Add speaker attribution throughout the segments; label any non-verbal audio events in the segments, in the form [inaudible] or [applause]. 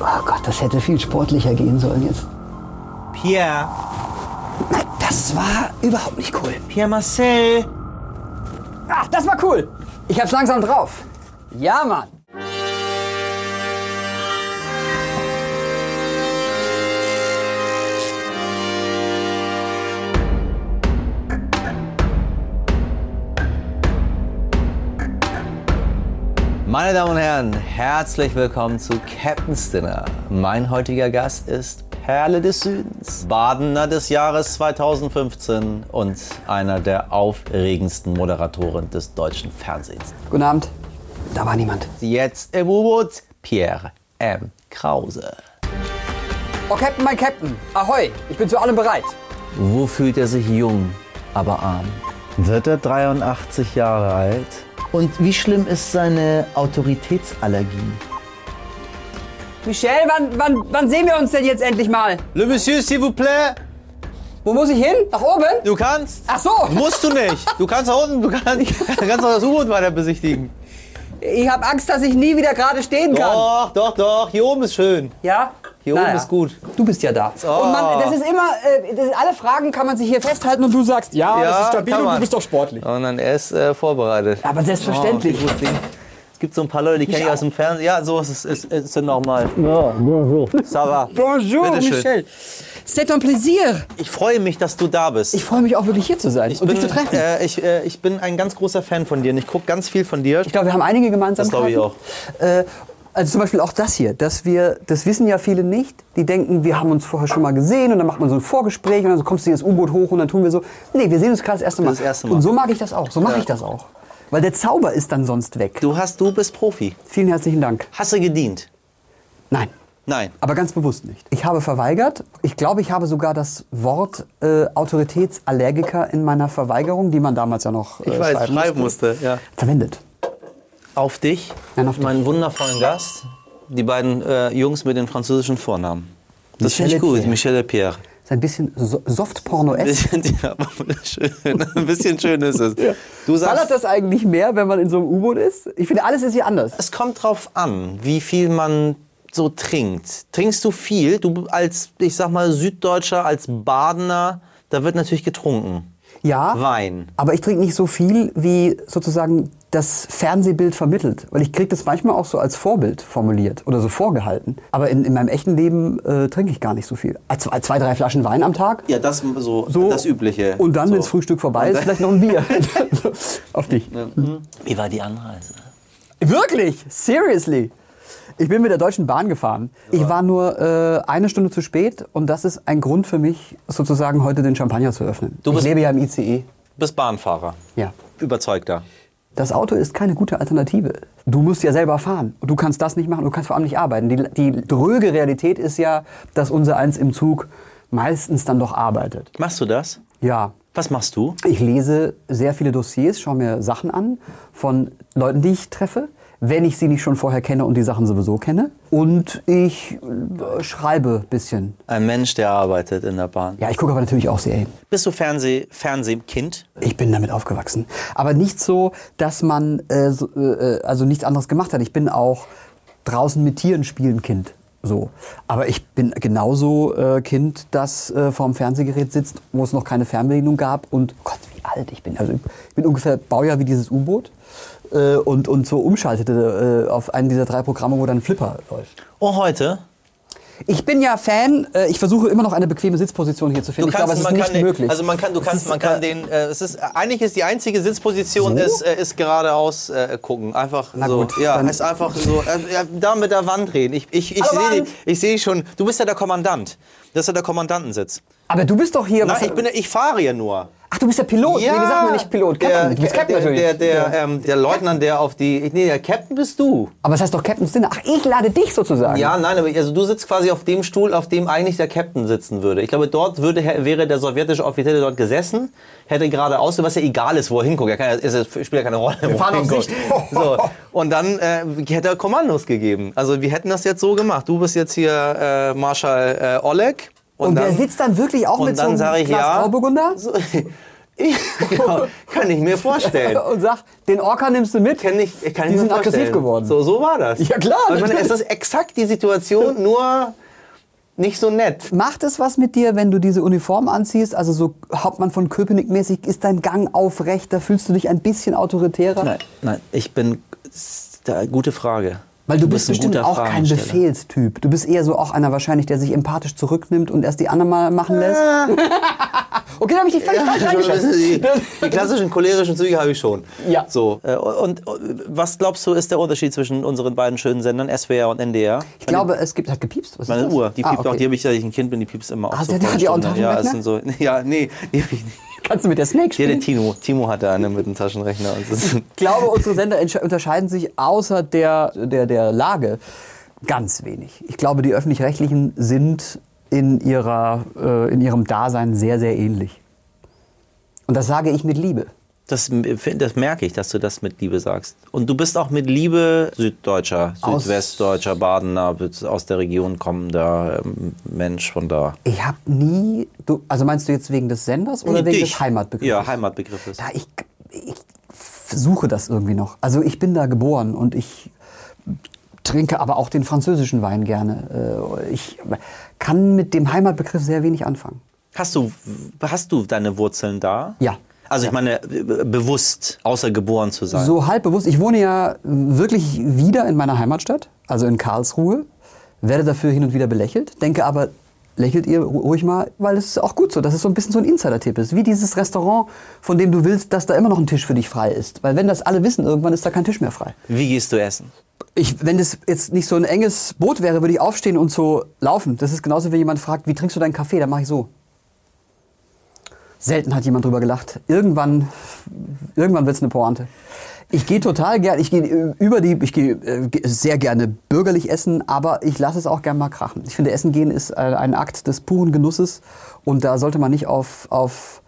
Speaker 1: Oh Gott, das hätte viel sportlicher gehen sollen jetzt.
Speaker 2: Pierre,
Speaker 1: Nein, das war überhaupt nicht cool.
Speaker 2: Pierre Marcel.
Speaker 1: Ach, das war cool. Ich hab's langsam drauf. Ja, Mann.
Speaker 2: Meine Damen und Herren, herzlich willkommen zu Captain's Dinner. Mein heutiger Gast ist Perle des Südens, Badener des Jahres 2015 und einer der aufregendsten Moderatoren des deutschen Fernsehens.
Speaker 1: Guten Abend. Da war niemand.
Speaker 2: Jetzt im U-Boot Pierre M. Krause.
Speaker 1: Oh, Captain, mein Captain. Ahoi, ich bin zu allem bereit.
Speaker 2: Wo fühlt er sich jung, aber arm?
Speaker 3: Wird er 83 Jahre alt? Und wie schlimm ist seine Autoritätsallergie?
Speaker 1: Michel, wann, wann, wann sehen wir uns denn jetzt endlich mal?
Speaker 2: Le Monsieur, s'il vous plaît.
Speaker 1: Wo muss ich hin? Nach oben?
Speaker 2: Du kannst.
Speaker 1: Ach so.
Speaker 2: Musst du nicht. Du kannst da unten, [laughs] du kannst, kannst auch das U-Boot weiter besichtigen.
Speaker 1: Ich habe Angst, dass ich nie wieder gerade stehen kann.
Speaker 2: Doch, doch, doch. Hier oben ist schön.
Speaker 1: Ja?
Speaker 2: Oh. Hier oben ist gut. Oh.
Speaker 1: Du bist ja da. Und man, das ist immer, äh, das, alle Fragen kann man sich hier festhalten und du sagst, ja,
Speaker 2: Ah,
Speaker 1: das ist stabil
Speaker 2: kann
Speaker 1: und du
Speaker 2: man.
Speaker 1: bist doch sportlich.
Speaker 2: Und dann er ist äh, vorbereitet.
Speaker 1: Aber selbstverständlich.
Speaker 2: Oh, wie gut Ding. es gibt so ein paar Leute, die kenne ich
Speaker 1: auch.
Speaker 2: aus dem Fernsehen. Ja, so ist es ist, ist normal. Ça va.
Speaker 1: Bonjour,
Speaker 2: Bitteschön.
Speaker 1: Michel. C'est un plaisir.
Speaker 2: Ich freue mich, dass du da bist.
Speaker 1: Ich freue mich auch wirklich hier zu sein und dich zu treffen.
Speaker 2: Äh, ich, äh, ich bin ein ganz großer Fan von dir und ich gucke ganz viel von dir.
Speaker 1: ich glaube, wir haben einige Gemeinsamkeiten.
Speaker 2: Das glaube
Speaker 1: ich auch. Äh, also zum Beispiel auch das hier, dass wir, das wissen ja viele nicht. Die denken, wir haben uns vorher schon mal gesehen und dann macht man so ein Vorgespräch und dann kommst du hier ins U-Boot hoch und dann tun wir so. Nee, wir sehen uns gerade das erste Mal.
Speaker 2: Das erste Mal.
Speaker 1: Und so mag ich das auch. So mache ich das auch. Weil der Zauber ist dann sonst weg.
Speaker 2: Du, hast, du bist Profi.
Speaker 1: Vielen herzlichen Dank.
Speaker 2: Hast du gedient?
Speaker 1: Nein.
Speaker 2: Nein.
Speaker 1: Aber ganz bewusst nicht. Ich habe verweigert. Ich glaube, ich habe sogar das Wort äh, Autoritätsallergiker in meiner Verweigerung, die man damals ja noch äh,
Speaker 2: Ich weiß,
Speaker 1: schreiben
Speaker 2: schreiben musste. Ja.
Speaker 1: verwendet.
Speaker 2: Auf dich,
Speaker 1: Nein, auf dich.
Speaker 2: meinen wundervollen Gast, die beiden äh, Jungs mit den französischen Vornamen. Das finde
Speaker 1: Michel
Speaker 2: ich
Speaker 1: et
Speaker 2: gut,
Speaker 1: Pierre.
Speaker 2: Michel et Pierre.
Speaker 1: Ist ein bisschen so softporno
Speaker 2: Ein bisschen, ja, schön, [laughs] ein bisschen schön ist es. Du
Speaker 1: Ballert
Speaker 2: sagst,
Speaker 1: das eigentlich mehr, wenn man in so einem U-Boot ist? Ich finde, alles ist hier anders.
Speaker 2: es kommt drauf an, wie viel man so trinkt. Trinkst du viel? Du als, ich sag mal, Süddeutscher, als Badener, da wird natürlich getrunken.
Speaker 1: Ja.
Speaker 2: Wein.
Speaker 1: Aber ich trinke nicht so viel, wie sozusagen das Fernsehbild vermittelt. Weil ich kriege das manchmal auch so als Vorbild formuliert oder so vorgehalten. Aber in, in meinem echten Leben äh, trinke ich gar nicht so viel. Also zwei, drei Flaschen Wein am Tag.
Speaker 2: Ja, das so,
Speaker 1: So.
Speaker 2: das Übliche.
Speaker 1: Und dann,
Speaker 2: so.
Speaker 1: wenns Frühstück vorbei ist,
Speaker 2: Und dann-
Speaker 1: vielleicht noch ein Bier. [laughs] So, Auf dich.
Speaker 2: Wie war die Anreise?
Speaker 1: Wirklich? Seriously? Ich bin mit der Deutschen Bahn gefahren. Ich war nur äh, eine Stunde zu spät und das ist ein Grund für mich, sozusagen heute den Champagner zu öffnen.
Speaker 2: Du
Speaker 1: ich
Speaker 2: bist-
Speaker 1: lebe ja im ICE.
Speaker 2: Bist Bahnfahrer.
Speaker 1: Ja.
Speaker 2: Überzeugter.
Speaker 1: Das Auto ist keine gute Alternative. Du musst ja selber fahren. Du kannst das nicht machen, du kannst vor allem nicht arbeiten. Die, die dröge Realität ist ja, dass unser Eins im Zug meistens dann doch arbeitet.
Speaker 2: Machst du das?
Speaker 1: Ja,
Speaker 2: Was machst du?
Speaker 1: Ich lese sehr viele Dossiers, schaue mir Sachen an von Leuten, die ich treffe, wenn ich sie nicht schon vorher kenne und die Sachen sowieso kenne. Und ich äh, schreibe ein bisschen.
Speaker 2: Ein Mensch, der arbeitet in der Bahn.
Speaker 1: Ja, ich gucke aber natürlich auch Serien.
Speaker 2: Bist du Fernseh, Fernsehkind?
Speaker 1: Ich bin damit aufgewachsen. Aber nicht so, dass man äh, so, äh, also nichts anderes gemacht hat. Ich bin auch draußen mit Tieren spielen Kind. So. Aber ich bin genauso äh, Kind, das äh, vorm Fernsehgerät sitzt, wo es noch keine Fernbedienung gab. Und Gott, wie alt ich bin. Also ich bin ungefähr Baujahr wie dieses U-Boot. Äh, und, und so umschaltete äh, auf einen dieser drei Programme, wo dann Flipper läuft.
Speaker 2: Oh, heute?
Speaker 1: Ich bin ja Fan. Äh, ich versuche immer noch eine bequeme Sitzposition hier zu finden. ich glaube, es ist
Speaker 2: man
Speaker 1: nicht
Speaker 2: kann den,
Speaker 1: möglich.
Speaker 2: Also man kann, du
Speaker 1: Es
Speaker 2: kannst,
Speaker 1: ist,
Speaker 2: man
Speaker 1: äh,
Speaker 2: kann den, äh, es ist, eigentlich ist die einzige Sitzposition,
Speaker 1: So?
Speaker 2: ist, äh, ist geradeaus äh, gucken. Einfach
Speaker 1: Na
Speaker 2: so.
Speaker 1: gut,
Speaker 2: ja,
Speaker 1: dann-
Speaker 2: ist einfach so, äh, ja, da mit der Wand reden. Ich, ich, ich
Speaker 1: Hallo,
Speaker 2: sehe
Speaker 1: Wand!
Speaker 2: ich seh schon, du bist ja der Kommandant. Das ist ja der Kommandantensitz.
Speaker 1: Aber du bist doch hier.
Speaker 2: Nein,
Speaker 1: was-
Speaker 2: ich, bin, ja- ich fahre ja nur.
Speaker 1: Ach, du bist der Pilot. Nee, wir sagen ja nicht Pilot.
Speaker 2: der,
Speaker 1: Captain. du bist Captain
Speaker 2: der,
Speaker 1: natürlich.
Speaker 2: Der, der, ähm, der Leutnant, der auf die. Nee, der Captain bist du.
Speaker 1: aber es heißt doch Captain's Dinner. Ach, ich lade dich sozusagen.
Speaker 2: Ja, nein, aber also du sitzt quasi auf dem Stuhl, auf dem eigentlich der Captain sitzen würde. Ich glaube, dort würde, wäre der sowjetische Offizielle dort gesessen, hätte gerade aus, was ja egal ist, wo er hinguckt. Er kann, ja- ist, es spielt ja keine Rolle, wo
Speaker 1: fahren
Speaker 2: er
Speaker 1: auf
Speaker 2: hinguckt.
Speaker 1: Sicht. [laughs]
Speaker 2: So. Und dann äh, hätte er Kommandos gegeben. Also wir hätten das jetzt so gemacht. Du bist jetzt hier äh, Marschall äh, Oleg.
Speaker 1: Und, der sitzt dann wirklich auch
Speaker 2: und
Speaker 1: mit
Speaker 2: dann
Speaker 1: so
Speaker 2: sage
Speaker 1: einem
Speaker 2: ich
Speaker 1: Glas
Speaker 2: ja.
Speaker 1: Grauburgunder?
Speaker 2: So, [laughs] genau, kann ich
Speaker 1: [laughs]
Speaker 2: mir vorstellen.
Speaker 1: und sag, den Orca nimmst du mit.
Speaker 2: Kann ich, kann
Speaker 1: Die
Speaker 2: ich mir
Speaker 1: sind aggressiv
Speaker 2: vorstellen.
Speaker 1: geworden.
Speaker 2: So, so war das.
Speaker 1: Ja, klar,
Speaker 2: Und Ich meine, es
Speaker 1: natürlich.
Speaker 2: ist exakt die Situation, nur nicht so nett.
Speaker 1: Macht es was mit dir, wenn du diese Uniform anziehst? Also so Hauptmann von Köpenick mäßig, ist dein Gang aufrecht? Da fühlst du dich ein bisschen autoritärer?
Speaker 2: Nein, nein, ich bin. Da, gute Frage.
Speaker 1: Weil du, bist,
Speaker 2: bist ein
Speaker 1: bestimmt
Speaker 2: guter
Speaker 1: auch kein
Speaker 2: Fragensteller.
Speaker 1: Befehlstyp. Du bist eher so auch einer wahrscheinlich, der sich empathisch zurücknimmt und erst die anderen mal machen lässt.
Speaker 2: Ah.
Speaker 1: [laughs] okay, da habe ich dich völlig falsch eingeschätzt. [laughs]
Speaker 2: also, die, die klassischen cholerischen Züge habe ich schon.
Speaker 1: Ja.
Speaker 2: So. äh, Und, und was glaubst du, ist der Unterschied zwischen unseren beiden schönen Sendern, SWR und NDR?
Speaker 1: Ich glaube, es gibt, hat gepiepst. Was
Speaker 2: Meine
Speaker 1: ist das?
Speaker 2: Uhr, die
Speaker 1: Ah,
Speaker 2: piept auch,
Speaker 1: okay.
Speaker 2: die habe ich, seit ich ein Kind bin, die piepst immer auch
Speaker 1: Ah,
Speaker 2: so.
Speaker 1: der-
Speaker 2: vor
Speaker 1: der hat
Speaker 2: einer
Speaker 1: ja auch einen
Speaker 2: Stunde. ja, es sind
Speaker 1: Taschenrechner?
Speaker 2: so, [laughs] ja, nee, die habe ich nicht.
Speaker 1: Kannst du mit der Snake
Speaker 2: Ja,
Speaker 1: spielen?
Speaker 2: der Tino. Timo hat da eine mit dem Taschenrechner. Und
Speaker 1: [laughs]
Speaker 2: das
Speaker 1: Ich glaube, unsere Sender entsche- unterscheiden sich außer der, der, der Lage ganz wenig. Ich glaube, die öffentlich-rechtlichen sind in, ihrer, äh, in ihrem Dasein sehr, sehr ähnlich. Und das sage ich mit Liebe.
Speaker 2: Das, das merke ich, dass du das mit Liebe sagst. Und du bist auch mit Liebe Süddeutscher,
Speaker 1: Aus-
Speaker 2: Südwestdeutscher, Badener, aus der Region kommender ähm, Mensch von da.
Speaker 1: Ich habe nie, du, also meinst du jetzt wegen des Senders oder wegen
Speaker 2: Dich.
Speaker 1: des Heimatbegriffs?
Speaker 2: Ja, Heimatbegriffes.
Speaker 1: Da ich, ich suche das irgendwie noch. Also ich bin da geboren und ich trinke aber auch den französischen Wein gerne. Äh, Ich kann mit dem Heimatbegriff sehr wenig anfangen.
Speaker 2: Hast du, hast du deine Wurzeln da?
Speaker 1: Ja.
Speaker 2: Also ich meine, be- bewusst, außer geboren zu sein.
Speaker 1: So halb bewusst. Ich wohne ja wirklich wieder in meiner Heimatstadt, also in Karlsruhe, werde dafür hin und wieder belächelt, denke aber, lächelt ihr ru- ruhig mal, weil es ist auch gut so, dass es so ein bisschen so ein Insider-Tipp ist. Wie dieses Restaurant, von dem du willst, dass da immer noch ein Tisch für dich frei ist. Weil wenn das alle wissen, irgendwann ist da kein Tisch mehr frei.
Speaker 2: Wie gehst du essen?
Speaker 1: Ich, wenn das jetzt nicht so ein enges Boot wäre, würde ich aufstehen und so laufen. Das ist genauso, wenn jemand fragt, wie trinkst du deinen Kaffee? Dann mache ich so. Selten hat jemand drüber gelacht. Irgendwann, irgendwann wird es eine Pointe. Ich gehe total gerne, ich gehe äh, über die, ich gehe äh, ge- sehr gerne bürgerlich essen, aber ich lasse es auch gerne mal krachen. Ich finde, Essen gehen ist äh, ein Akt des puren Genusses und da sollte man nicht auf, auf,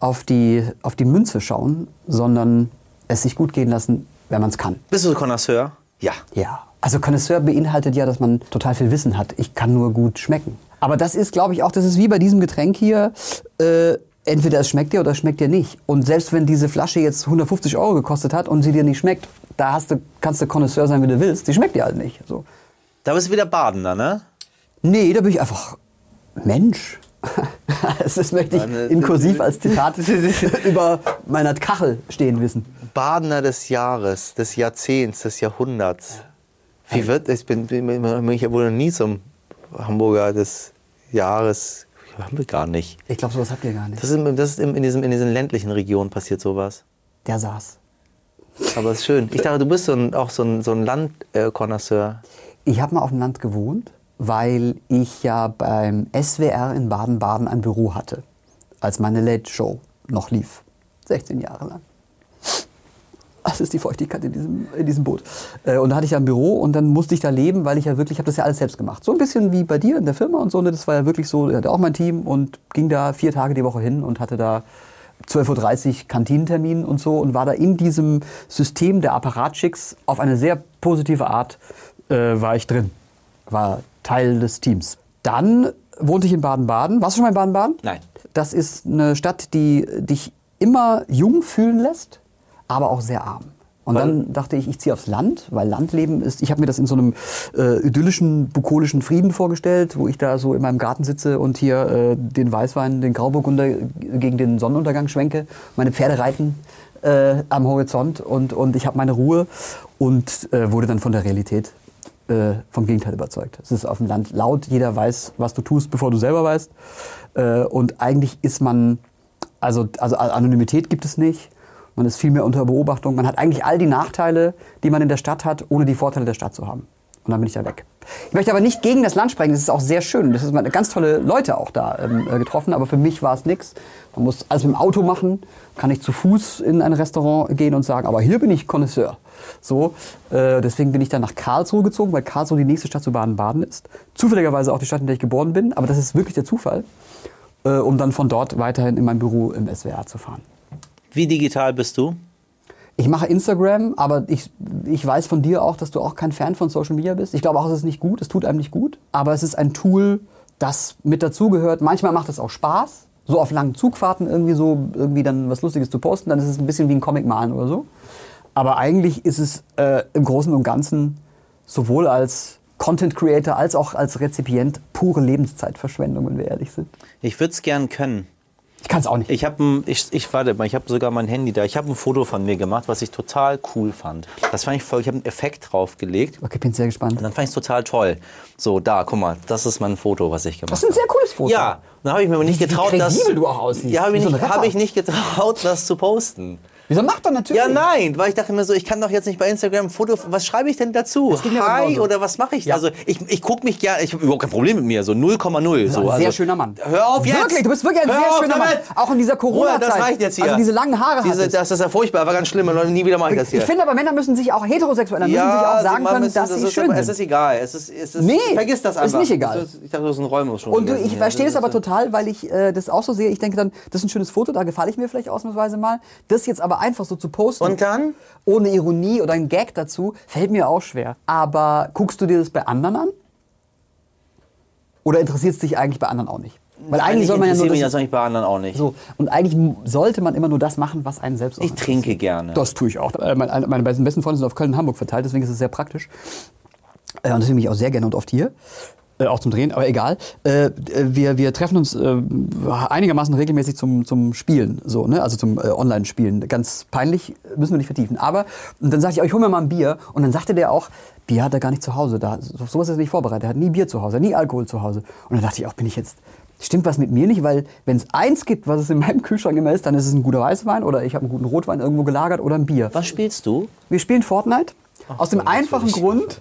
Speaker 1: auf, die, auf die Münze schauen, sondern es sich gut gehen lassen, wenn man es kann.
Speaker 2: Bist du Connoisseur? Ja.
Speaker 1: Ja. Also Connoisseur beinhaltet ja, dass man total viel Wissen hat. Ich kann nur gut schmecken. Aber das ist, glaube ich, auch, das ist wie bei diesem Getränk hier. Äh, entweder es schmeckt dir oder es schmeckt dir nicht. Und selbst wenn diese Flasche jetzt 150 Euro gekostet hat und sie dir nicht schmeckt, da hast du, kannst du Connoisseur sein, wie du willst. Die schmeckt dir halt nicht. So.
Speaker 2: Da bist du wieder Badener, ne?
Speaker 1: Nee, da bin ich einfach Mensch. [laughs] Das ist, möchte
Speaker 2: Meine-
Speaker 1: ich in kursiv als Zitat [laughs] über meiner Kachel stehen wissen.
Speaker 2: Badener des Jahres, des Jahrzehnts, des Jahrhunderts. Wie wird ich bin, bin, bin ich wurde nie zum Hamburger des Jahres. Haben wir gar nicht.
Speaker 1: Ich glaube, sowas habt ihr gar nicht.
Speaker 2: Das ist, im- das ist im- in, diesem, in diesen ländlichen Regionen passiert sowas.
Speaker 1: Der saß.
Speaker 2: Aber es ist schön. Ich dachte, du bist so ein, auch so ein, so ein Landkonnoisseur.
Speaker 1: Ich habe mal auf dem Land gewohnt, weil ich ja beim SWR in Baden-Baden ein Büro hatte, als meine Late Show noch lief. 16 Jahre lang. Das ist die Feuchtigkeit in diesem, in diesem Boot. Äh, Und da hatte ich ja ein Büro und dann musste ich da leben, weil ich ja wirklich, ich habe das ja alles selbst gemacht. So ein bisschen wie bei dir in der Firma und so. ne? Das war ja wirklich so, ich hatte auch mein Team und ging da vier Tage die Woche hin und hatte da 12.30 Uhr Kantinentermin und so und war da in diesem System der Apparatschicks auf eine sehr positive Art äh, war ich drin. War Teil des Teams. Dann wohnte ich in Baden-Baden. Warst du schon mal in Baden-Baden?
Speaker 2: Nein.
Speaker 1: Das ist eine Stadt, die dich immer jung fühlen lässt, aber auch sehr arm. Und dann dachte ich, ich ziehe aufs Land, weil Landleben ist, ich habe mir das in so einem äh, idyllischen, bukolischen Frieden vorgestellt, wo ich da so in meinem Garten sitze und hier äh, den Weißwein, den Grauburgunder gegen den Sonnenuntergang schwenke, meine Pferde reiten äh, am Horizont und, und ich habe meine Ruhe und äh, wurde dann von der Realität äh, vom Gegenteil überzeugt. Es ist auf dem Land laut, jeder weiß, was du tust, bevor du selber weißt. Äh, und eigentlich ist man, also, also Anonymität gibt es nicht. Man ist viel mehr unter Beobachtung. Man hat eigentlich all die Nachteile, die man in der Stadt hat, ohne die Vorteile der Stadt zu haben. Und dann bin ich da weg. Ich möchte aber nicht gegen das Land sprechen. Das ist auch sehr schön. Das sind ganz tolle Leute auch da ähm, äh, getroffen. Aber für mich war es nichts. Man muss alles mit dem Auto machen. Kann ich zu Fuß in ein Restaurant gehen und sagen, aber hier bin ich Connoisseur. So, äh, deswegen bin ich dann nach Karlsruhe gezogen, weil Karlsruhe die nächste Stadt zu Baden-Baden ist. Zufälligerweise auch die Stadt, in der ich geboren bin. Aber das ist wirklich der Zufall. Äh, um dann von dort weiterhin in mein Büro im SWR zu fahren.
Speaker 2: Wie digital bist du?
Speaker 1: Ich mache Instagram, aber ich, ich weiß von dir auch, dass du auch kein Fan von Social Media bist. Ich glaube auch, es ist nicht gut, es tut einem nicht gut. Aber es ist ein Tool, das mit dazugehört. Manchmal macht es auch Spaß, So auf langen Zugfahrten irgendwie so, irgendwie dann was Lustiges zu posten, dann ist es ein bisschen wie ein Comic malen oder so. Aber eigentlich ist es äh, im Großen und Ganzen sowohl als Content Creator als auch als Rezipient pure Lebenszeitverschwendung, wenn wir ehrlich sind.
Speaker 2: Ich würde es gern können.
Speaker 1: Ich kann es auch nicht.
Speaker 2: Ich habe ich, ich warte mal, ich habe sogar mein Handy da. Ich habe ein Foto von mir gemacht, was ich total cool fand. Das fand ich voll, ich habe einen Effekt draufgelegt und
Speaker 1: okay, bin sehr gespannt.
Speaker 2: dann fand ich es total toll. So, da, guck mal, das ist mein Foto, was ich gemacht
Speaker 1: Das ist ein sehr cooles Foto.
Speaker 2: Ja, und dann habe ich mir aber nicht
Speaker 1: Wie- wie
Speaker 2: getraut, das
Speaker 1: kredibel du auch aussiehst.
Speaker 2: Ja, habe
Speaker 1: Wie
Speaker 2: ich,
Speaker 1: so ein
Speaker 2: nicht-
Speaker 1: Rapper.
Speaker 2: hab ich nicht getraut, das zu posten.
Speaker 1: Wieso macht er natürlich?
Speaker 2: Ja, nein, weil ich dachte mir so, ich kann doch jetzt nicht bei Instagram ein Foto. Was schreibe ich denn dazu?
Speaker 1: mir
Speaker 2: Hi
Speaker 1: genauso.
Speaker 2: oder was mache ich?
Speaker 1: Ja.
Speaker 2: Also ich, ich gucke mich gerne, ich habe überhaupt kein Problem mit mir, so 0,0. So.
Speaker 1: Ein
Speaker 2: also,
Speaker 1: sehr schöner Mann.
Speaker 2: Hör auf jetzt!
Speaker 1: Wirklich, du bist wirklich ein
Speaker 2: Hör
Speaker 1: sehr
Speaker 2: auf
Speaker 1: schöner Mann.
Speaker 2: damit!
Speaker 1: Auch in dieser Corona-Zeit.
Speaker 2: Ruhe, Das reicht jetzt hier.
Speaker 1: Also diese langen Haare
Speaker 2: Diese,
Speaker 1: hattest.
Speaker 2: das, ist ja furchtbar, war ganz schlimm. Leute, nie wieder mache ich das hier.
Speaker 1: Ich finde aber, Männer müssen sich auch heterosexuell, dann müssen sich auch
Speaker 2: sie-
Speaker 1: sagen
Speaker 2: man
Speaker 1: können,
Speaker 2: müssen-
Speaker 1: dass
Speaker 2: das
Speaker 1: sie
Speaker 2: ist
Speaker 1: schön
Speaker 2: aber-
Speaker 1: sind.
Speaker 2: Es ist egal. Es ist, es ist,
Speaker 1: Nee,
Speaker 2: vergiss das
Speaker 1: ist
Speaker 2: einfach.
Speaker 1: nicht egal.
Speaker 2: Das ist- Ich dachte, das ist ein Räumus schon.
Speaker 1: Und du,
Speaker 2: gewesen
Speaker 1: ich
Speaker 2: hier.
Speaker 1: verstehe das
Speaker 2: ist-
Speaker 1: aber total, weil ich äh, das auch so sehe. Ich denke dann, das ist ein schönes Foto, da gefalle ich mir vielleicht ausnahmsweise mal. Das jetzt aber einfach so zu posten.
Speaker 2: Und dann?
Speaker 1: Ohne Ironie oder ein Gag dazu, fällt mir auch schwer. Aber guckst du dir das bei anderen an? Oder interessiert es dich eigentlich bei anderen auch nicht? Weil eigentlich soll man ja nur
Speaker 2: interessiert mich
Speaker 1: das, Also-
Speaker 2: das eigentlich bei anderen auch nicht.
Speaker 1: so und eigentlich m- sollte man immer nur das machen, was einen selbst auch
Speaker 2: Ich trinke gerne.
Speaker 1: Das tue ich auch. Äh, Meine, meine beiden besten Freunde sind auf Köln und Hamburg verteilt, deswegen ist es sehr praktisch. Äh, Und deswegen bin ich auch sehr gerne und oft hier. Äh, auch zum Drehen, aber egal. Äh, wir, wir treffen uns äh, einigermaßen regelmäßig zum, zum Spielen, so, ne? also zum äh, Online-Spielen. Ganz peinlich, äh, müssen wir nicht vertiefen. Aber und dann sagte ich, oh, ich hole mir mal ein Bier. Und dann sagte der auch, Bier hat er gar nicht zu Hause. Da, auf sowas ist er nicht vorbereitet. Er hat nie Bier zu Hause, nie Alkohol zu Hause. Und dann dachte ich auch, bin ich jetzt, stimmt was mit mir nicht? Weil wenn es eins gibt, was es in [laughs] meinem Kühlschrank immer ist, dann ist es ein guter Weißwein oder ich habe einen guten Rotwein irgendwo gelagert oder ein Bier.
Speaker 2: Was spielst du?
Speaker 1: Wir spielen Fortnite. aus dem einfachen Grund,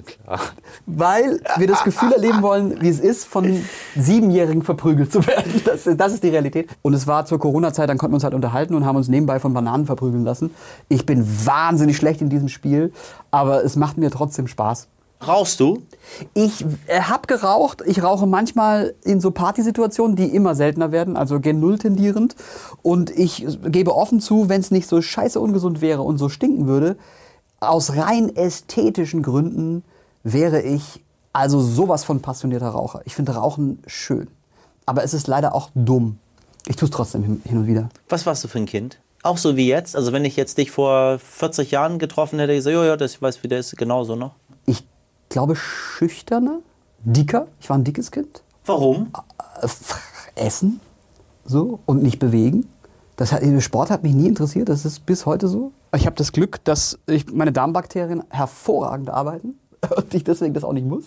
Speaker 1: weil wir das Gefühl erleben wollen, wie es ist, von Siebenjährigen verprügelt zu werden. Das, ist- das ist die Realität. Und es war zur Corona-Zeit, dann konnten wir uns halt unterhalten und haben uns nebenbei von Bananen verprügeln lassen. Ich bin wahnsinnig schlecht in diesem Spiel, aber es macht mir trotzdem Spaß.
Speaker 2: Rauchst du?
Speaker 1: Ich äh, habe geraucht. Ich rauche manchmal in so Partysituationen, die immer seltener werden, also gen Null tendierend. Und ich gebe offen zu, wenn es nicht so scheiße ungesund wäre und so stinken würde, aus rein ästhetischen Gründen wäre ich also sowas von passionierter Raucher. Ich finde Rauchen schön. Aber es ist leider auch dumm. Ich tue es trotzdem hin, hin und wieder.
Speaker 2: Was warst du für ein Kind? Auch so wie jetzt? Also wenn ich jetzt dich vor 40 Jahren getroffen hätte, ich so, ja, ja, das ich weiß, wie der ist, genauso noch.
Speaker 1: Ich glaube, schüchterner, dicker. Ich war ein dickes Kind.
Speaker 2: Warum?
Speaker 1: äh, f- essen so und nicht bewegen. Das hat, Sport hat mich nie interessiert, das ist bis heute so. Ich habe das Glück, dass ich, meine Darmbakterien hervorragend arbeiten [laughs] und ich deswegen das auch nicht muss.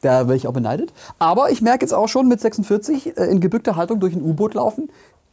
Speaker 1: Da werde ich auch beneidet. Aber ich merke jetzt auch schon mit 46 äh, in gebückter Haltung durch ein U-Boot laufen,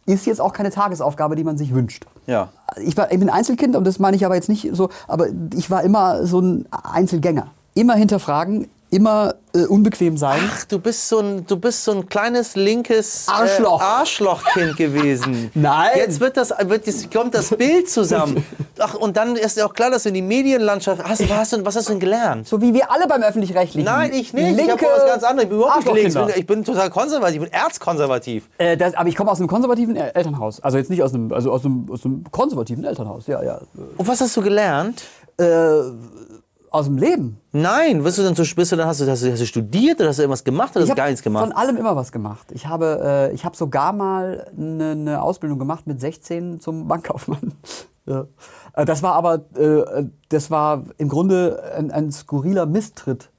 Speaker 1: ist jetzt auch keine Tagesaufgabe, die man sich wünscht.
Speaker 2: Ja.
Speaker 1: Ich, war, ich bin Einzelkind und das meine ich aber jetzt nicht so, aber ich war immer so ein Einzelgänger. Immer hinterfragen, immer äh, unbequem sein.
Speaker 2: Ach, du bist so ein, du bist so ein kleines linkes
Speaker 1: Arschloch.
Speaker 2: äh, Arschlochkind gewesen.
Speaker 1: Nein.
Speaker 2: Jetzt wird das, wird, jetzt kommt das
Speaker 1: [laughs]
Speaker 2: Bild zusammen. Ach, und dann ist ja auch klar, dass du in die Medienlandschaft. Hast, was, hast du, was hast du denn gelernt?
Speaker 1: So wie wir alle beim Öffentlich-Rechtlichen.
Speaker 2: Nein, ich nicht. ich
Speaker 1: Linke
Speaker 2: habe was ganz anderes. Ich bin überhaupt nicht links. Ich
Speaker 1: Arschlochkinder.
Speaker 2: bin, ich bin total konservativ. Ich bin erzkonservativ.
Speaker 1: äh, das, aber ich komme aus einem konservativen äh, Elternhaus. Also jetzt nicht aus einem, also aus einem, aus einem konservativen Elternhaus. Ja, ja.
Speaker 2: Und was hast du gelernt?
Speaker 1: Äh, aus dem Leben.
Speaker 2: Nein, bist du denn so bist du dann hast du, hast du, hast du studiert oder hast du irgendwas gemacht oder hast
Speaker 1: ich
Speaker 2: du
Speaker 1: habe
Speaker 2: gar nichts gemacht?
Speaker 1: von allem immer was gemacht. Ich habe, äh, ich habe sogar mal eine eine Ausbildung gemacht mit 16 zum Bankkaufmann. [laughs] ja. Äh, Das war aber, äh, das war im Grunde ein, ein skurriler Misstritt,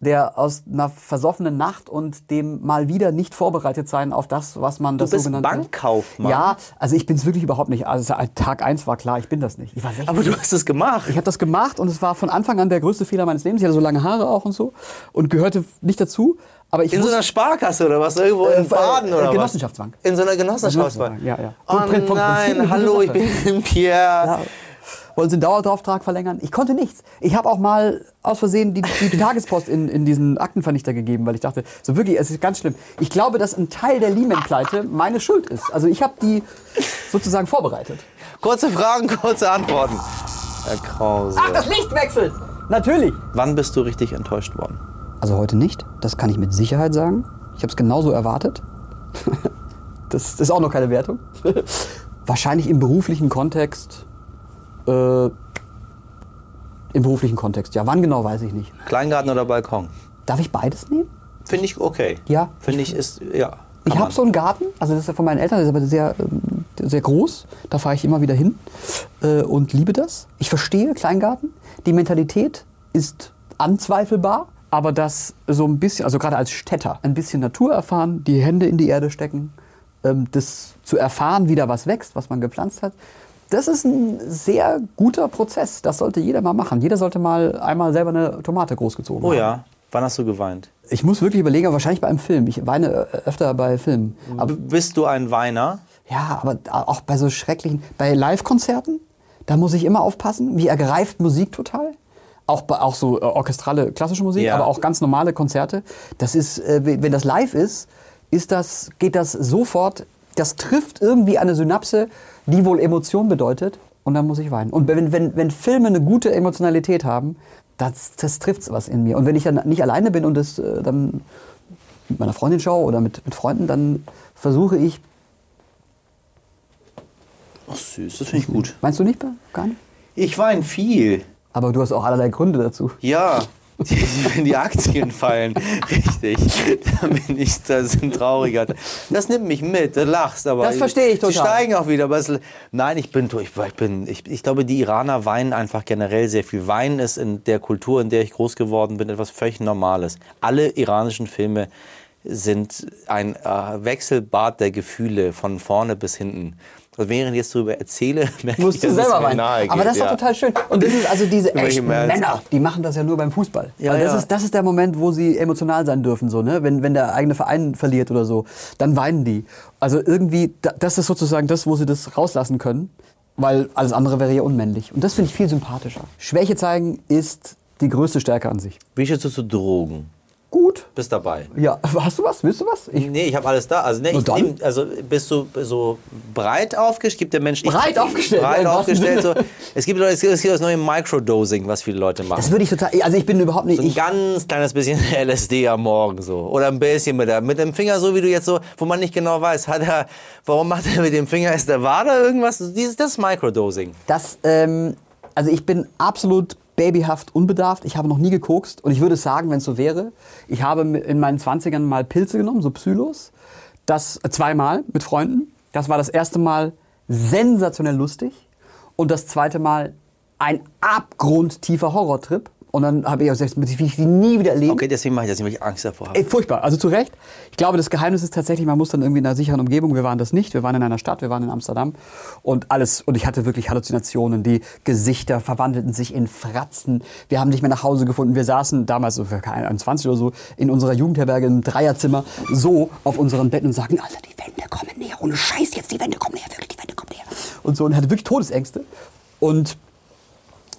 Speaker 1: der aus einer versoffenen Nacht und dem mal wieder nicht vorbereitet sein auf das, was man das
Speaker 2: bist
Speaker 1: sogenannte
Speaker 2: Bankkaufmann?
Speaker 1: Ja, also ich bin es wirklich überhaupt nicht. Also Tag eins war klar, ich bin das nicht. Ich war 16.
Speaker 2: Aber du hast es gemacht.
Speaker 1: Ich habe das gemacht und es war von Anfang an der größte Fehler meines Lebens. Ich hatte so lange Haare auch und so und gehörte nicht dazu. Aber ich
Speaker 2: In so
Speaker 1: wusste-
Speaker 2: einer Sparkasse oder was? Irgendwo
Speaker 1: Äh,
Speaker 2: in Baden
Speaker 1: äh,
Speaker 2: oder was?
Speaker 1: Genossenschaftsbank.
Speaker 2: In so einer Genossenschaftsbank.
Speaker 1: Ja, ja.
Speaker 2: Oh
Speaker 1: Vom Prin- vom Prinzip eine
Speaker 2: nein,
Speaker 1: gute
Speaker 2: hallo, ich
Speaker 1: Sache.
Speaker 2: bin [laughs] Pierre.
Speaker 1: Ja. Wollen Sie einen Dauerauftrag verlängern? Ich konnte nichts. Ich habe auch mal aus Versehen die, die Tagespost in, in diesen Aktenvernichter gegeben, weil ich dachte, so wirklich, es ist ganz schlimm. Ich glaube, dass ein Teil der Lehman-Pleite meine Schuld ist. Also ich habe die sozusagen vorbereitet.
Speaker 2: Kurze Fragen, kurze Antworten. Herr Krause.
Speaker 1: Ach, das Licht wechselt! Natürlich!
Speaker 2: Wann bist du richtig enttäuscht worden?
Speaker 1: Also heute nicht, das kann ich mit Sicherheit sagen. Ich habe es genauso erwartet. [laughs] das ist auch noch keine Wertung. [laughs] Wahrscheinlich im beruflichen Kontext. Äh, Im beruflichen Kontext, ja. Wann genau, weiß ich nicht.
Speaker 2: Kleingarten oder Balkon?
Speaker 1: Darf ich beides nehmen?
Speaker 2: Finde ich okay.
Speaker 1: Ja.
Speaker 2: Finde ich ist, ja.
Speaker 1: Ich
Speaker 2: Kann
Speaker 1: habe
Speaker 2: man.
Speaker 1: so einen Garten, also das ist ja von meinen Eltern, der ist aber sehr, ähm, sehr groß. Da fahre ich immer wieder hin äh, und liebe das. Ich verstehe Kleingarten. Die Mentalität ist anzweifelbar, aber das so ein bisschen, also gerade als Städter, ein bisschen Natur erfahren, die Hände in die Erde stecken, ähm, das zu erfahren, wie da was wächst, was man gepflanzt hat. Das ist ein sehr guter Prozess. Das sollte jeder mal machen. Jeder sollte mal einmal selber eine Tomate großgezogen
Speaker 2: Oh
Speaker 1: haben.
Speaker 2: ja, wann hast du geweint?
Speaker 1: Ich muss wirklich überlegen, aber wahrscheinlich bei einem Film. Ich weine ö- öfter bei Filmen. Aber
Speaker 2: B bist du ein Weiner?
Speaker 1: ja, aber auch bei so schrecklichen, bei Live-Konzerten, da muss ich immer aufpassen. Mich ergreift Musik total. Auch, bei, auch so äh, orchestrale klassische Musik,
Speaker 2: Ja.
Speaker 1: aber auch ganz normale Konzerte. Das ist, äh, we- wenn das live ist, ist das, geht das sofort, das trifft irgendwie eine Synapse, die wohl Emotion bedeutet. Und dann muss ich weinen. Und wenn, wenn, wenn Filme eine gute Emotionalität haben, das, das trifft was in mir. Und wenn ich dann nicht alleine bin und das, äh, dann mit meiner Freundin schaue oder mit, mit Freunden, dann versuche ich
Speaker 2: Ach süß, das finde ich gut.
Speaker 1: Meinst du nicht, Bert? gar nicht?
Speaker 2: Ich weine viel.
Speaker 1: Aber du hast auch allerlei Gründe dazu.
Speaker 2: Ja, wenn die Aktien fallen, richtig, dann bin ich das ist ein trauriger. Das nimmt mich mit, du lachst, aber
Speaker 1: Das verstehe ich
Speaker 2: Sie
Speaker 1: total.
Speaker 2: steigen auch wieder, aber es, nein, ich bin durch, ich bin, ich, ich glaube, die Iraner weinen einfach generell sehr viel. Weinen ist in der Kultur, in der ich groß geworden bin, etwas völlig Normales. Alle iranischen Filme sind ein äh, Wechselbad der Gefühle von vorne bis hinten. Und während ich jetzt darüber erzähle, [laughs] merke ich,
Speaker 1: Musst du
Speaker 2: dass es
Speaker 1: selber
Speaker 2: mir
Speaker 1: weinen.
Speaker 2: nahe
Speaker 1: Aber
Speaker 2: geht,
Speaker 1: das ist
Speaker 2: ja.
Speaker 1: doch total schön. Und das ist also
Speaker 2: [laughs]
Speaker 1: diese
Speaker 2: Bin mir
Speaker 1: echten
Speaker 2: gemerkt.
Speaker 1: Männer, die machen das ja nur beim Fußball.
Speaker 2: Ja,
Speaker 1: also das,
Speaker 2: ja.
Speaker 1: Ist, das ist der Moment, wo sie emotional sein dürfen, so, ne? wenn, wenn der eigene Verein verliert oder so. Dann weinen die. Also irgendwie, da- das ist sozusagen das, wo sie das rauslassen können, weil alles andere wäre ja unmännlich. Und das finde ich viel sympathischer. Schwäche zeigen ist die größte Stärke an sich.
Speaker 2: Wie stehst du zu Drogen?
Speaker 1: Gut.
Speaker 2: Bist dabei.
Speaker 1: Ja, [laughs] hast du was? Willst du was? Ich,
Speaker 2: Nee, ich habe alles da. Also, nee,
Speaker 1: Nur
Speaker 2: ich
Speaker 1: dann?
Speaker 2: nehm, also bist du so breit aufgestellt? Gibt der Mensch
Speaker 1: Breit
Speaker 2: [laughs]
Speaker 1: aufgestellt,
Speaker 2: Breit
Speaker 1: im wahrsten
Speaker 2: aufgestellt. So,
Speaker 1: Sinne.
Speaker 2: es gibt Leute- es gibt es gibt das neue Microdosing, was viele Leute machen.
Speaker 1: das würde ich total. Also ich bin überhaupt nicht.
Speaker 2: so ein
Speaker 1: Ich,
Speaker 2: ganz kleines bisschen [laughs] LSD am Morgen so. Oder ein bisschen mit, der, mit dem Finger, so wie du jetzt so, wo man nicht genau weiß, hat er, warum macht er mit dem Finger, ist der war da irgendwas? Dieses, das ist Microdosing.
Speaker 1: Das, ähm, also ich bin absolut babyhaft unbedarft. Ich habe noch nie gekokst und ich würde sagen, wenn es so wäre, ich habe mi- in meinen 20ern mal Pilze genommen, so Psylos. Das äh, zweimal mit Freunden. Das war das erste Mal sensationell lustig und das zweite Mal ein abgrundtiefer Horrortrip. Und dann habe ich auch gesagt, will ich die nie wieder erleben.
Speaker 2: Okay, deswegen mache ich das nicht, weil ich Angst davor habe.
Speaker 1: Ey, furchtbar, also zu Recht. Ich glaube, das Geheimnis ist tatsächlich, man muss dann irgendwie in einer sicheren Umgebung, wir waren das nicht, wir waren in einer Stadt, wir waren in Amsterdam und alles, und ich hatte wirklich Halluzinationen, die Gesichter verwandelten sich in Fratzen, wir haben nicht mehr nach Hause gefunden, wir saßen damals, so für keine 21 oder so, in unserer Jugendherberge im Dreierzimmer, so auf unseren Betten und sagten, Alter, die Wände kommen näher, ohne Scheiß jetzt, die Wände kommen näher, wirklich, die Wände kommen näher. Und so, und hatte wirklich Todesängste und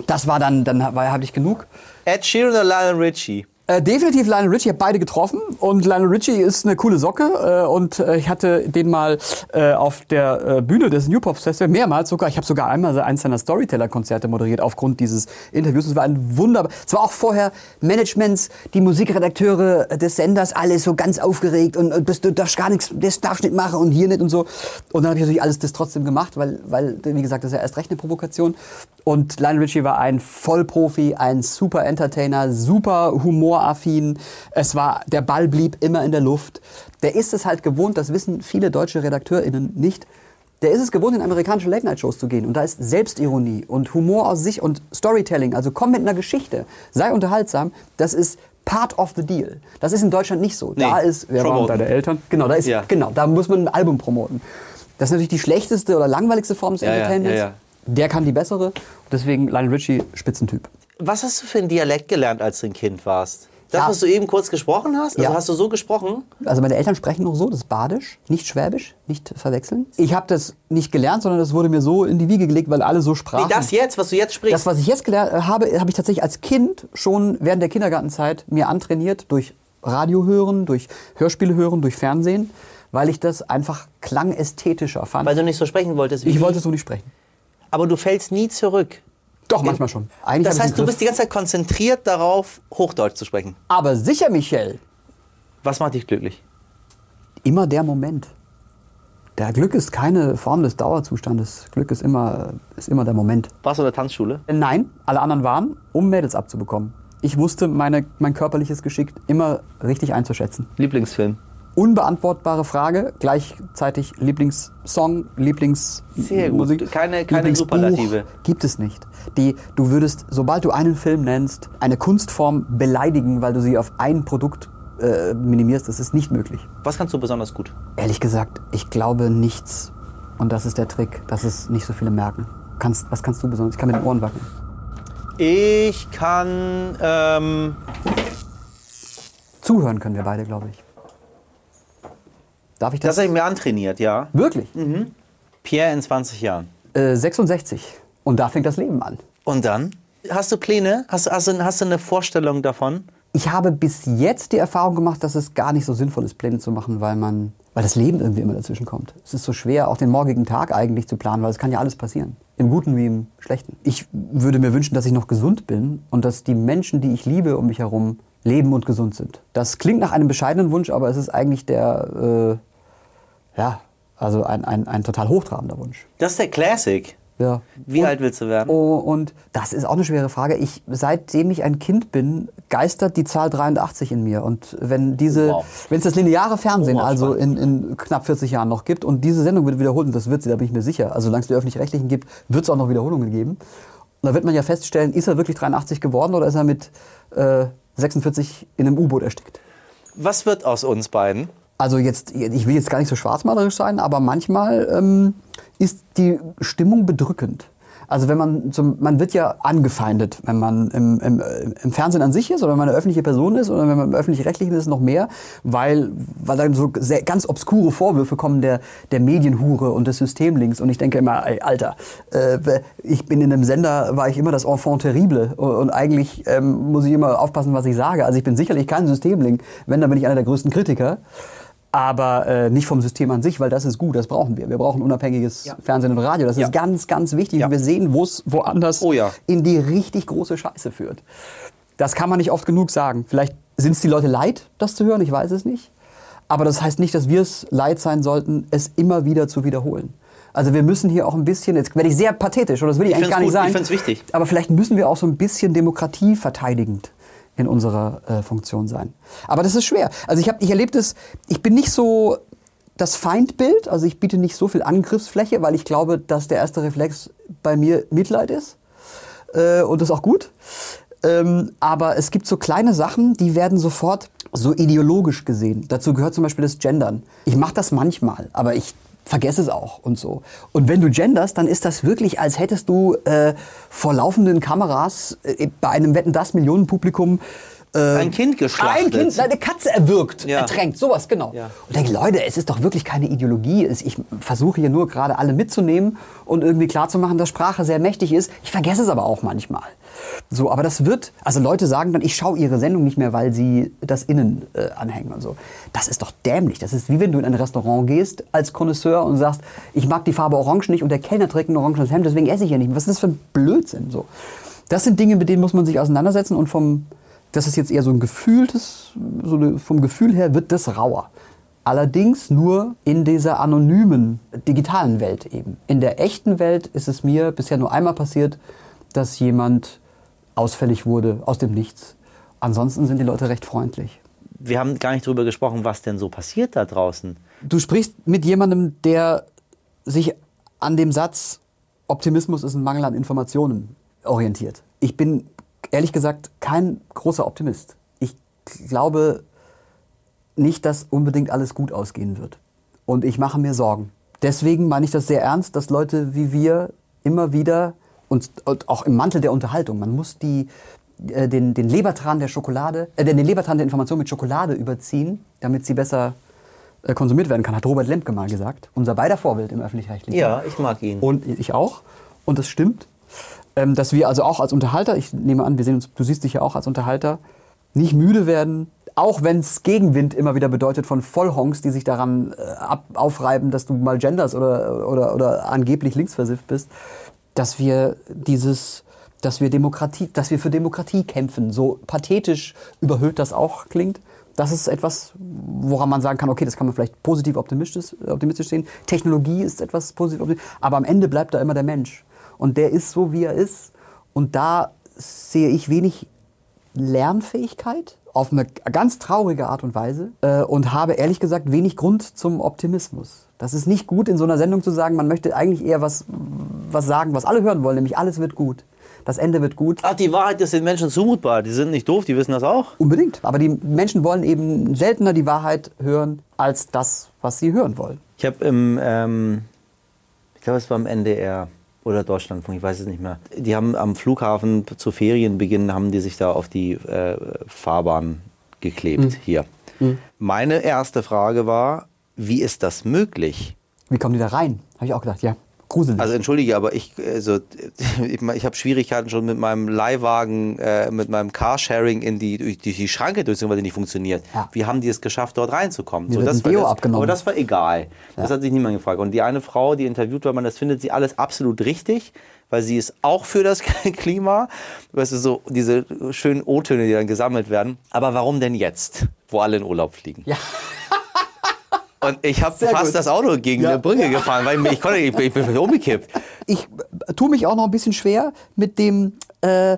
Speaker 1: das war dann, dann habe ich genug.
Speaker 2: Ed Sheeran oder Lionel Richie?
Speaker 1: Äh, definitiv Lionel Richie, ich habe beide getroffen und Lionel Richie ist eine coole Socke äh, und äh, ich hatte den mal äh, auf der äh, Bühne des New Pop Festival mehrmals sogar, ich habe sogar einmal so eins seiner Storyteller-Konzerte moderiert aufgrund dieses Interviews. Es war ein wunderbar, es war auch vorher Managements, die Musikredakteure des Senders, alles so ganz aufgeregt und, und bist, du darfst gar nichts, das darfst nicht machen und hier nicht und so. Und dann habe ich natürlich alles das trotzdem gemacht, weil, weil, wie gesagt, das ist ja erst recht eine Provokation. Und Lionel Richie war ein Vollprofi, ein super Entertainer, super humoraffin. Es war, der Ball blieb immer in der Luft. Der ist es halt gewohnt, das wissen viele deutsche RedakteurInnen nicht. Der ist es gewohnt, in amerikanische Late-Night-Shows zu gehen. Und da ist Selbstironie und Humor aus sich und Storytelling. Also komm mit einer Geschichte, sei unterhaltsam. Das ist part of the deal. Das ist in Deutschland nicht so. Da
Speaker 2: Nee,
Speaker 1: ist, wer waren
Speaker 2: promoten.
Speaker 1: deine Eltern? Genau, da ist,
Speaker 2: Ja.
Speaker 1: genau, da muss man ein Album promoten. Das ist natürlich die schlechteste oder langweiligste Form des
Speaker 2: ja,
Speaker 1: Entertainments.
Speaker 2: ja, ja.
Speaker 1: Der kann die bessere. Und Deswegen Lionel Richie, Spitzentyp.
Speaker 2: Was hast du für einen Dialekt gelernt, als du ein Kind warst? Das,
Speaker 1: Ja.
Speaker 2: was du eben kurz gesprochen hast? Also
Speaker 1: Ja.
Speaker 2: hast du so gesprochen?
Speaker 1: Also meine Eltern sprechen noch so, das ist Badisch, nicht Schwäbisch, nicht verwechseln. Ich habe das nicht gelernt, sondern das wurde mir so in die Wiege gelegt, weil alle so sprachen.
Speaker 2: Nee, das jetzt, was du jetzt sprichst.
Speaker 1: Das, was ich jetzt gelernt äh, habe, habe ich tatsächlich als Kind schon während der Kindergartenzeit mir antrainiert durch Radio hören, durch Hörspiele hören, durch Fernsehen, weil ich das einfach klangästhetischer fand.
Speaker 2: weil du nicht so sprechen wolltest. wie
Speaker 1: ich wollte so nicht sprechen.
Speaker 2: Aber du fällst nie zurück.
Speaker 1: Doch, manchmal schon. Eigentlich
Speaker 2: Das
Speaker 1: hab ich
Speaker 2: heißt, du
Speaker 1: einen
Speaker 2: bist die ganze Zeit konzentriert darauf, Hochdeutsch zu sprechen.
Speaker 1: Griff. Aber sicher, Michel,
Speaker 2: Was macht dich glücklich?
Speaker 1: immer der Moment. Der Glück ist keine Form des Dauerzustandes. Glück ist immer, ist immer der Moment.
Speaker 2: Warst du in der Tanzschule?
Speaker 1: Nein, alle anderen waren, um Mädels abzubekommen. Ich wusste meine, mein körperliches Geschick immer richtig einzuschätzen.
Speaker 2: Lieblingsfilm.
Speaker 1: unbeantwortbare Frage, gleichzeitig Lieblingssong,
Speaker 2: Sehr gut.
Speaker 1: Lieblingsmusik.
Speaker 2: Keine- keine
Speaker 1: Lieblingsbuch
Speaker 2: Superlative.
Speaker 1: Gibt es nicht. Die, du würdest, sobald du einen Film nennst, eine Kunstform beleidigen, weil du sie auf ein Produkt äh, minimierst. Das ist nicht möglich.
Speaker 2: Was kannst du besonders gut?
Speaker 1: Ehrlich gesagt, ich glaube nichts. Und das ist der Trick, dass es nicht so viele merken. Kannst, was kannst du besonders? Ich kann mit den Ohren wackeln.
Speaker 2: Ich kann. Ähm,
Speaker 1: Zuhören können wir beide, glaube ich. Darf ich das?
Speaker 2: das habe ich mir antrainiert, ja.
Speaker 1: Wirklich?
Speaker 2: Pierre in 20 Jahren.
Speaker 1: Äh, 66. Und da fängt das Leben an.
Speaker 2: Und dann? Hast du Pläne? Hast, du- hast, du- hast du eine Vorstellung davon?
Speaker 1: Ich habe bis jetzt die Erfahrung gemacht, dass es gar nicht so sinnvoll ist, Pläne zu machen, weil man, weil das Leben irgendwie immer dazwischen kommt. Es ist so schwer, auch den morgigen Tag eigentlich zu planen, weil es kann ja alles passieren. Im Guten wie im Schlechten. Ich würde mir wünschen, dass ich noch gesund bin und dass die Menschen, die ich liebe, um mich herum leben und gesund sind. Das klingt nach einem bescheidenen Wunsch, aber es ist eigentlich der, äh, ja, also ein, ein, ein total hochtrabender Wunsch.
Speaker 2: Das ist der Classic.
Speaker 1: Ja.
Speaker 2: Wie alt willst du werden?
Speaker 1: Oh, und das ist auch eine schwere Frage. Ich, seitdem ich ein Kind bin, geistert die Zahl 83 in mir. Und wenn diese,
Speaker 2: Wow.
Speaker 1: wenn es das lineare Fernsehen
Speaker 2: Oh, wow,
Speaker 1: also in,
Speaker 2: spannend.
Speaker 1: in knapp 40 Jahren noch gibt und diese Sendung wird wiederholt, und das wird sie, da bin ich mir sicher. Also solange es die öffentlich-rechtlichen gibt, wird es auch noch Wiederholungen geben. Und da wird man ja feststellen, ist er wirklich 83 geworden oder ist er mit äh, 46 in einem U-Boot erstickt?
Speaker 2: Was wird aus uns beiden?
Speaker 1: Also jetzt, ich will jetzt gar nicht so schwarzmalerisch sein, aber manchmal ähm, ist die Stimmung bedrückend. Also wenn man zum, man wird ja angefeindet, wenn man im, im, äh, im Fernsehen an sich ist oder wenn man eine öffentliche Person ist oder wenn man im öffentlich-rechtlichen ist noch mehr, weil, weil dann so sehr, ganz obskure Vorwürfe kommen der, der Medienhure und des Systemlinks und ich denke immer, ey, Alter, äh, ich bin in einem Sender, war ich immer das Enfant terrible und eigentlich ähm, muss ich immer aufpassen, was ich sage. Also ich bin sicherlich kein Systemling, wenn, dann bin ich einer der größten Kritiker. Aber äh, nicht vom System an sich, weil das ist gut, das brauchen wir. Wir brauchen unabhängiges Fernsehen und Radio. Das
Speaker 2: Ja.
Speaker 1: ist ganz, ganz wichtig.
Speaker 2: Ja.
Speaker 1: Wir sehen, wo es woanders
Speaker 2: Oh ja.
Speaker 1: in die richtig große Scheiße führt. Das kann man nicht oft genug sagen. Vielleicht sind es die Leute leid, das zu hören, ich weiß es nicht. Aber das heißt nicht, dass wir es leid sein sollten, es immer wieder zu wiederholen. Also wir müssen hier auch ein bisschen, jetzt werde ich sehr pathetisch, oder das will ich,
Speaker 2: Ich
Speaker 1: eigentlich gar nicht
Speaker 2: find's gut,
Speaker 1: sein.
Speaker 2: ich find's wichtig.
Speaker 1: Aber vielleicht müssen wir auch so ein bisschen Demokratie verteidigend in unserer äh, Funktion sein. Aber das ist schwer. Also ich habe, ich erlebe das, ich bin nicht so das Feindbild, also ich biete nicht so viel Angriffsfläche, weil ich glaube, dass der erste Reflex bei mir Mitleid ist. Äh, und das ist auch gut. Ähm, aber es gibt so kleine Sachen, die werden sofort so ideologisch gesehen. Dazu gehört zum Beispiel das Gendern. Ich mache das manchmal, aber ich vergesse es auch und so. Und wenn du genderst, dann ist das wirklich, als hättest du äh, vor laufenden Kameras äh, bei einem Wetten das Millionenpublikum äh,
Speaker 2: Ähm, Ein Kind geschlachtet.
Speaker 1: Ein Kind, eine Katze erwürgt,
Speaker 2: Ja.
Speaker 1: ertränkt, sowas genau.
Speaker 2: Ja.
Speaker 1: Und denke, Leute, es ist doch wirklich keine Ideologie. Es- Ich versuche hier nur gerade alle mitzunehmen und irgendwie klarzumachen, dass Sprache sehr mächtig ist. Ich vergesse es aber auch manchmal. So, aber das wird, also Leute sagen dann, ich schaue ihre Sendung nicht mehr, weil sie das Innen äh, anhängen und so. Das ist doch dämlich. Das ist wie wenn du in ein Restaurant gehst als Connoisseur und sagst, ich mag die Farbe Orange nicht und der Kellner trägt ein orangenes Hemd, deswegen esse ich hier nicht. Was ist das für ein Blödsinn? So. Das sind Dinge, mit denen muss man sich auseinandersetzen und vom, das ist jetzt eher so ein gefühltes, so eine, vom Gefühl her wird das rauer. Allerdings nur in dieser anonymen digitalen Welt eben. In der echten Welt ist es mir bisher nur einmal passiert, dass jemand ausfällig wurde aus dem Nichts. Ansonsten sind die Leute recht freundlich.
Speaker 2: Wir haben gar nicht drüber gesprochen, was denn so passiert da draußen.
Speaker 1: Du sprichst mit jemandem, der sich an dem Satz Optimismus ist ein Mangel an Informationen orientiert. Ich bin ehrlich gesagt kein großer Optimist. Ich glaube nicht, dass unbedingt alles gut ausgehen wird. Und ich mache mir Sorgen. Deswegen meine ich das sehr ernst, dass Leute wie wir immer wieder und, und auch im Mantel der Unterhaltung, man muss die, äh, den, den Lebertran der Schokolade, äh, den den Lebertran der Information mit Schokolade überziehen, damit sie besser äh, konsumiert werden kann, hat Robert Lemke mal gesagt. Unser beider Vorbild im Öffentlich-Rechtlichen.
Speaker 2: Ja, ich mag ihn.
Speaker 1: Und ich auch. Und das stimmt, ähm, dass wir also auch als Unterhalter, ich nehme an, wir sehen uns, du siehst dich ja auch als Unterhalter, nicht müde werden, auch wenn es Gegenwind immer wieder bedeutet von Vollhongs, die sich daran äh, ab, aufreiben, dass du mal genders oder, oder, oder angeblich linksversifft bist, dass wir dieses, dass wir Demokratie, dass wir für Demokratie kämpfen, so pathetisch überhöht das auch klingt. Das ist etwas, woran man sagen kann, okay, das kann man vielleicht positiv optimistisch, optimistisch sehen. Technologie ist etwas positiv optimistisch, aber am Ende bleibt da immer der Mensch. Und der ist so, wie er ist. Und da sehe ich wenig Lernfähigkeit, auf eine ganz traurige Art und Weise äh, und habe ehrlich gesagt wenig Grund zum Optimismus. Das ist nicht gut, in so einer Sendung zu sagen, man möchte eigentlich eher was, was sagen, was alle hören wollen, nämlich alles wird gut. Das Ende wird gut.
Speaker 2: Ach, die Wahrheit ist den Menschen zumutbar. Die sind nicht doof, die wissen das auch.
Speaker 1: Unbedingt. Aber die Menschen wollen eben seltener die Wahrheit hören, als das, was sie hören wollen.
Speaker 2: Ich habe im, ähm, ich glaube, es war im NDR oder Deutschlandfunk, ich weiß es nicht mehr. Die haben am Flughafen zu Ferienbeginn haben die sich da auf die äh, Fahrbahn geklebt hier. Meine erste Frage war, wie ist das möglich?
Speaker 1: Wie kommen die da rein? Habe ich auch gedacht, ja. Gruselig.
Speaker 2: Also entschuldige, aber ich, also, [laughs] ich, mein, ich habe Schwierigkeiten schon mit meinem Leihwagen, äh, mit meinem Carsharing in die, durch die, die Schranke durchzukommen, weil die nicht funktioniert.
Speaker 1: Ja.
Speaker 2: Wie haben die es geschafft, dort reinzukommen?
Speaker 1: Mir wird ein
Speaker 2: war
Speaker 1: Deo
Speaker 2: das,
Speaker 1: abgenommen.
Speaker 2: Aber das war egal. Das hat sich niemand gefragt. Und die eine Frau, die interviewt war, man, das findet sie alles absolut richtig, weil sie ist auch für das [laughs] Klima. Weißt du, so diese schönen O-Töne, die dann gesammelt werden. Aber warum denn jetzt, wo alle in Urlaub fliegen?
Speaker 1: Ja.
Speaker 2: Und ich habe
Speaker 1: Sehr
Speaker 2: fast
Speaker 1: gut.
Speaker 2: das Auto gegen
Speaker 1: Ja.
Speaker 2: eine Brücke gefahren, weil ich, ich, konnte, ich, bin- ich
Speaker 1: [laughs]
Speaker 2: bin umgekippt.
Speaker 1: ich äh, tue mich auch noch ein bisschen schwer mit dem. Äh,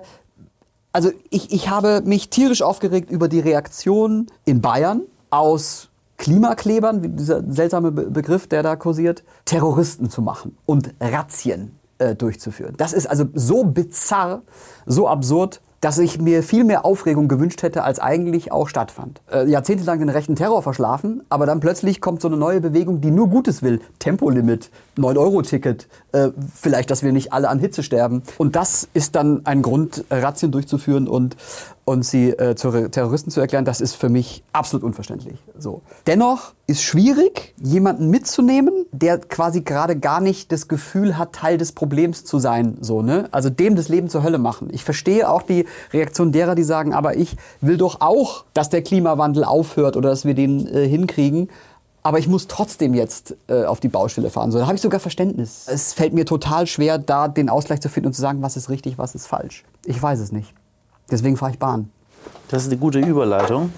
Speaker 1: also ich, ich habe mich tierisch aufgeregt über die Reaktion in Bayern aus Klimaklebern, wie dieser seltsame Be Begriff, der da kursiert, Terroristen zu machen und Razzien äh, durchzuführen. Das ist also so bizarr, so absurd, dass ich mir viel mehr Aufregung gewünscht hätte, als eigentlich auch stattfand. Äh, jahrzehntelang den rechten Terror verschlafen, aber dann plötzlich kommt so eine neue Bewegung, die nur Gutes will. Tempolimit, 9-Euro-Ticket, äh, vielleicht, dass wir nicht alle an Hitze sterben. Und das ist dann ein Grund, äh, Razzien durchzuführen und, und sie äh, zu Re- Terroristen zu erklären. Das ist für mich absolut unverständlich. So. Dennoch ist schwierig, jemanden mitzunehmen, der quasi gerade gar nicht das Gefühl hat, Teil des Problems zu sein, so, ne? Also dem das Leben zur Hölle machen. Ich verstehe auch die Reaktion derer, die sagen, aber ich will doch auch, dass der Klimawandel aufhört oder dass wir den äh, hinkriegen. Aber ich muss trotzdem jetzt äh, auf die Baustelle fahren. So, da habe ich sogar Verständnis. Es fällt mir total schwer, da den Ausgleich zu finden und zu sagen, was ist richtig, was ist falsch. Ich weiß es nicht. Deswegen fahre ich Bahn.
Speaker 2: Das ist eine gute [laughs] Überleitung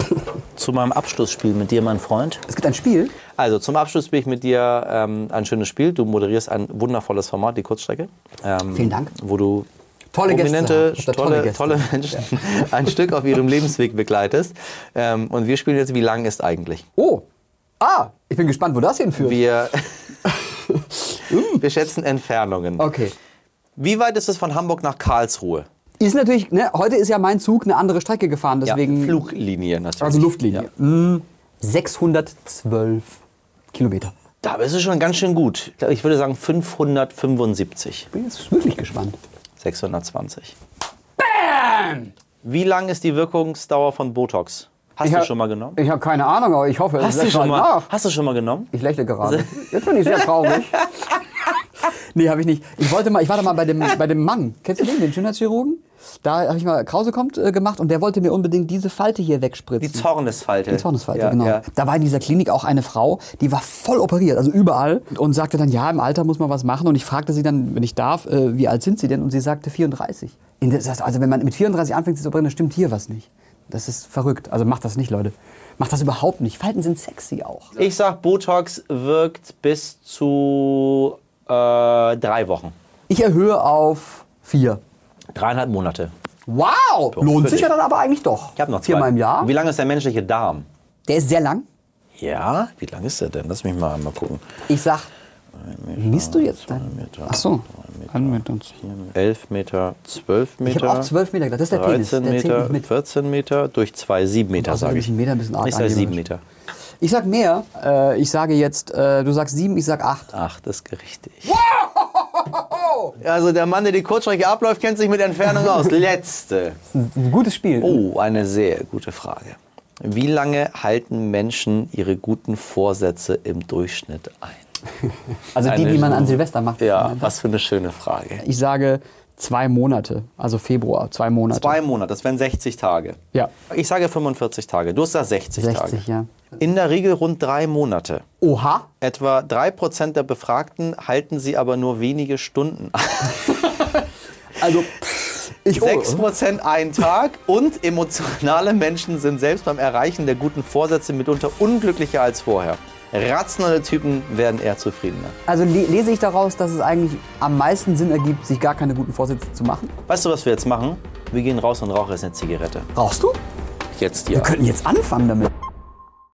Speaker 2: zu meinem Abschlussspiel mit dir, mein Freund.
Speaker 1: Es gibt ein Spiel,
Speaker 2: Also zum Abschluss spiele ich mit dir ähm, ein schönes Spiel. Du moderierst ein wundervolles Format, die Kurzstrecke. Ähm,
Speaker 1: Vielen Dank.
Speaker 2: Wo du
Speaker 1: Tolle Gäste
Speaker 2: prominente,
Speaker 1: haben. Ich hab da tolle
Speaker 2: tolle,
Speaker 1: Gäste.
Speaker 2: tolle Menschen
Speaker 1: [laughs]
Speaker 2: ein Stück auf ihrem Lebensweg begleitest. Ähm, und wir spielen jetzt, wie lang ist eigentlich?
Speaker 1: Oh, ah, ich bin gespannt, wo das hinführt.
Speaker 2: Wir, wir schätzen Entfernungen.
Speaker 1: Okay.
Speaker 2: Wie weit ist es von Hamburg nach Karlsruhe?
Speaker 1: Ist natürlich, ne, heute ist ja mein Zug eine andere Strecke gefahren, deswegen.
Speaker 2: ja, Fluglinie natürlich.
Speaker 1: Also Luftlinie. Mm, 612 Kilometer.
Speaker 2: Da bist du schon ganz schön gut. Ich glaub, Ich würde sagen 575.
Speaker 1: Bin jetzt wirklich gespannt.
Speaker 2: 620. Bam! Wie lang ist die Wirkungsdauer von Botox? Hast du schon mal genommen?
Speaker 1: Ich habe keine Ahnung, aber ich hoffe,
Speaker 2: Hast
Speaker 1: es
Speaker 2: du,
Speaker 1: lässt
Speaker 2: schon
Speaker 1: halt
Speaker 2: mal,
Speaker 1: nach.
Speaker 2: hast du schon mal genommen?
Speaker 1: Ich lächle gerade. Jetzt bin ich sehr traurig. [laughs] nee, habe ich nicht. Ich wollte mal, ich war da mal bei dem, bei dem Mann. Kennst du den, den Schönheitschirurgen? Da habe ich mal Krause kommt äh, gemacht und der wollte mir unbedingt diese Falte hier wegspritzen.
Speaker 2: Die Zornesfalte.
Speaker 1: Die Zornesfalte,
Speaker 2: Äh, Ja,
Speaker 1: genau.
Speaker 2: ja.
Speaker 1: Da war in dieser Klinik auch eine Frau, die war voll operiert, also überall, und sagte dann, ja, im Alter muss man was machen. Und ich fragte sie dann, wenn ich darf, äh, wie alt sind Sie denn? Und sie sagte 34. In der, das heißt, also wenn man mit 34 anfängt, sie zu operieren, dann stimmt hier was nicht. Das ist verrückt. Also macht das nicht, Leute. Macht das überhaupt nicht. Falten sind sexy auch.
Speaker 2: Ich sag, Botox wirkt bis zu äh, drei Wochen.
Speaker 1: Ich erhöhe auf vier.
Speaker 2: Dreieinhalb Monate.
Speaker 1: Wow! Lohnt sich ja dann aber eigentlich doch.
Speaker 2: Ich habe noch zwei.
Speaker 1: Viermal im Jahr.
Speaker 2: Wie lang ist der menschliche Darm?
Speaker 1: Der ist sehr lang.
Speaker 2: Ja, wie lang ist der denn? Lass mich mal einmal gucken.
Speaker 1: Ich sag, misst du jetzt dein?
Speaker 2: Meter,
Speaker 1: Ach so. An mit uns.
Speaker 2: 11 Meter, 12 Meter.
Speaker 1: Ich habe auch 12 Meter gedacht. Das ist der Penis.
Speaker 2: 13
Speaker 1: Der zählt
Speaker 2: Meter,
Speaker 1: nicht mit.
Speaker 2: 14 Meter durch 2, 7 Meter,
Speaker 1: Also
Speaker 2: sage
Speaker 1: bin
Speaker 2: ich.
Speaker 1: ich einen Meter ein bisschen arg
Speaker 2: ich sage 7
Speaker 1: angeberisch.
Speaker 2: Meter.
Speaker 1: Ich sag mehr. Äh, ich sage jetzt, äh, du sagst sieben, ich sag acht.
Speaker 2: Ach, das ist richtig. Also der Mann, der die Kurzstrecke abläuft, kennt sich mit
Speaker 1: [laughs]
Speaker 2: Entfernung aus. Letzte.
Speaker 1: Das ist ein gutes Spiel.
Speaker 2: Oh, eine sehr gute Frage. Wie lange halten Menschen ihre guten Vorsätze im Durchschnitt ein?
Speaker 1: also die,
Speaker 2: eine-
Speaker 1: die man an Silvester macht.
Speaker 2: Ja, was für eine schöne Frage.
Speaker 1: Ich sage zwei Monate, also Februar, zwei Monate.
Speaker 2: Zwei Monate, das wären 60 Tage.
Speaker 1: Ja.
Speaker 2: Ich sage 45 Tage. Du hast da 60,
Speaker 1: 60,
Speaker 2: Tage.
Speaker 1: ja.
Speaker 2: In der Regel rund drei Monate.
Speaker 1: Oha.
Speaker 2: Etwa 3% der Befragten halten sie aber nur wenige Stunden ein.
Speaker 1: Also pff, ich oh,
Speaker 2: 6% einen Tag und emotionale Menschen sind selbst beim Erreichen der guten Vorsätze mitunter unglücklicher als vorher. Rationale Typen werden eher zufriedener.
Speaker 1: Also le- lese ich daraus, dass es eigentlich am meisten Sinn ergibt, sich gar keine guten Vorsätze zu machen.
Speaker 2: Weißt du, was wir jetzt machen? Wir gehen raus und rauchen jetzt eine Zigarette.
Speaker 1: Rauchst du?
Speaker 4: jetzt ja.
Speaker 1: Wir könnten jetzt anfangen damit.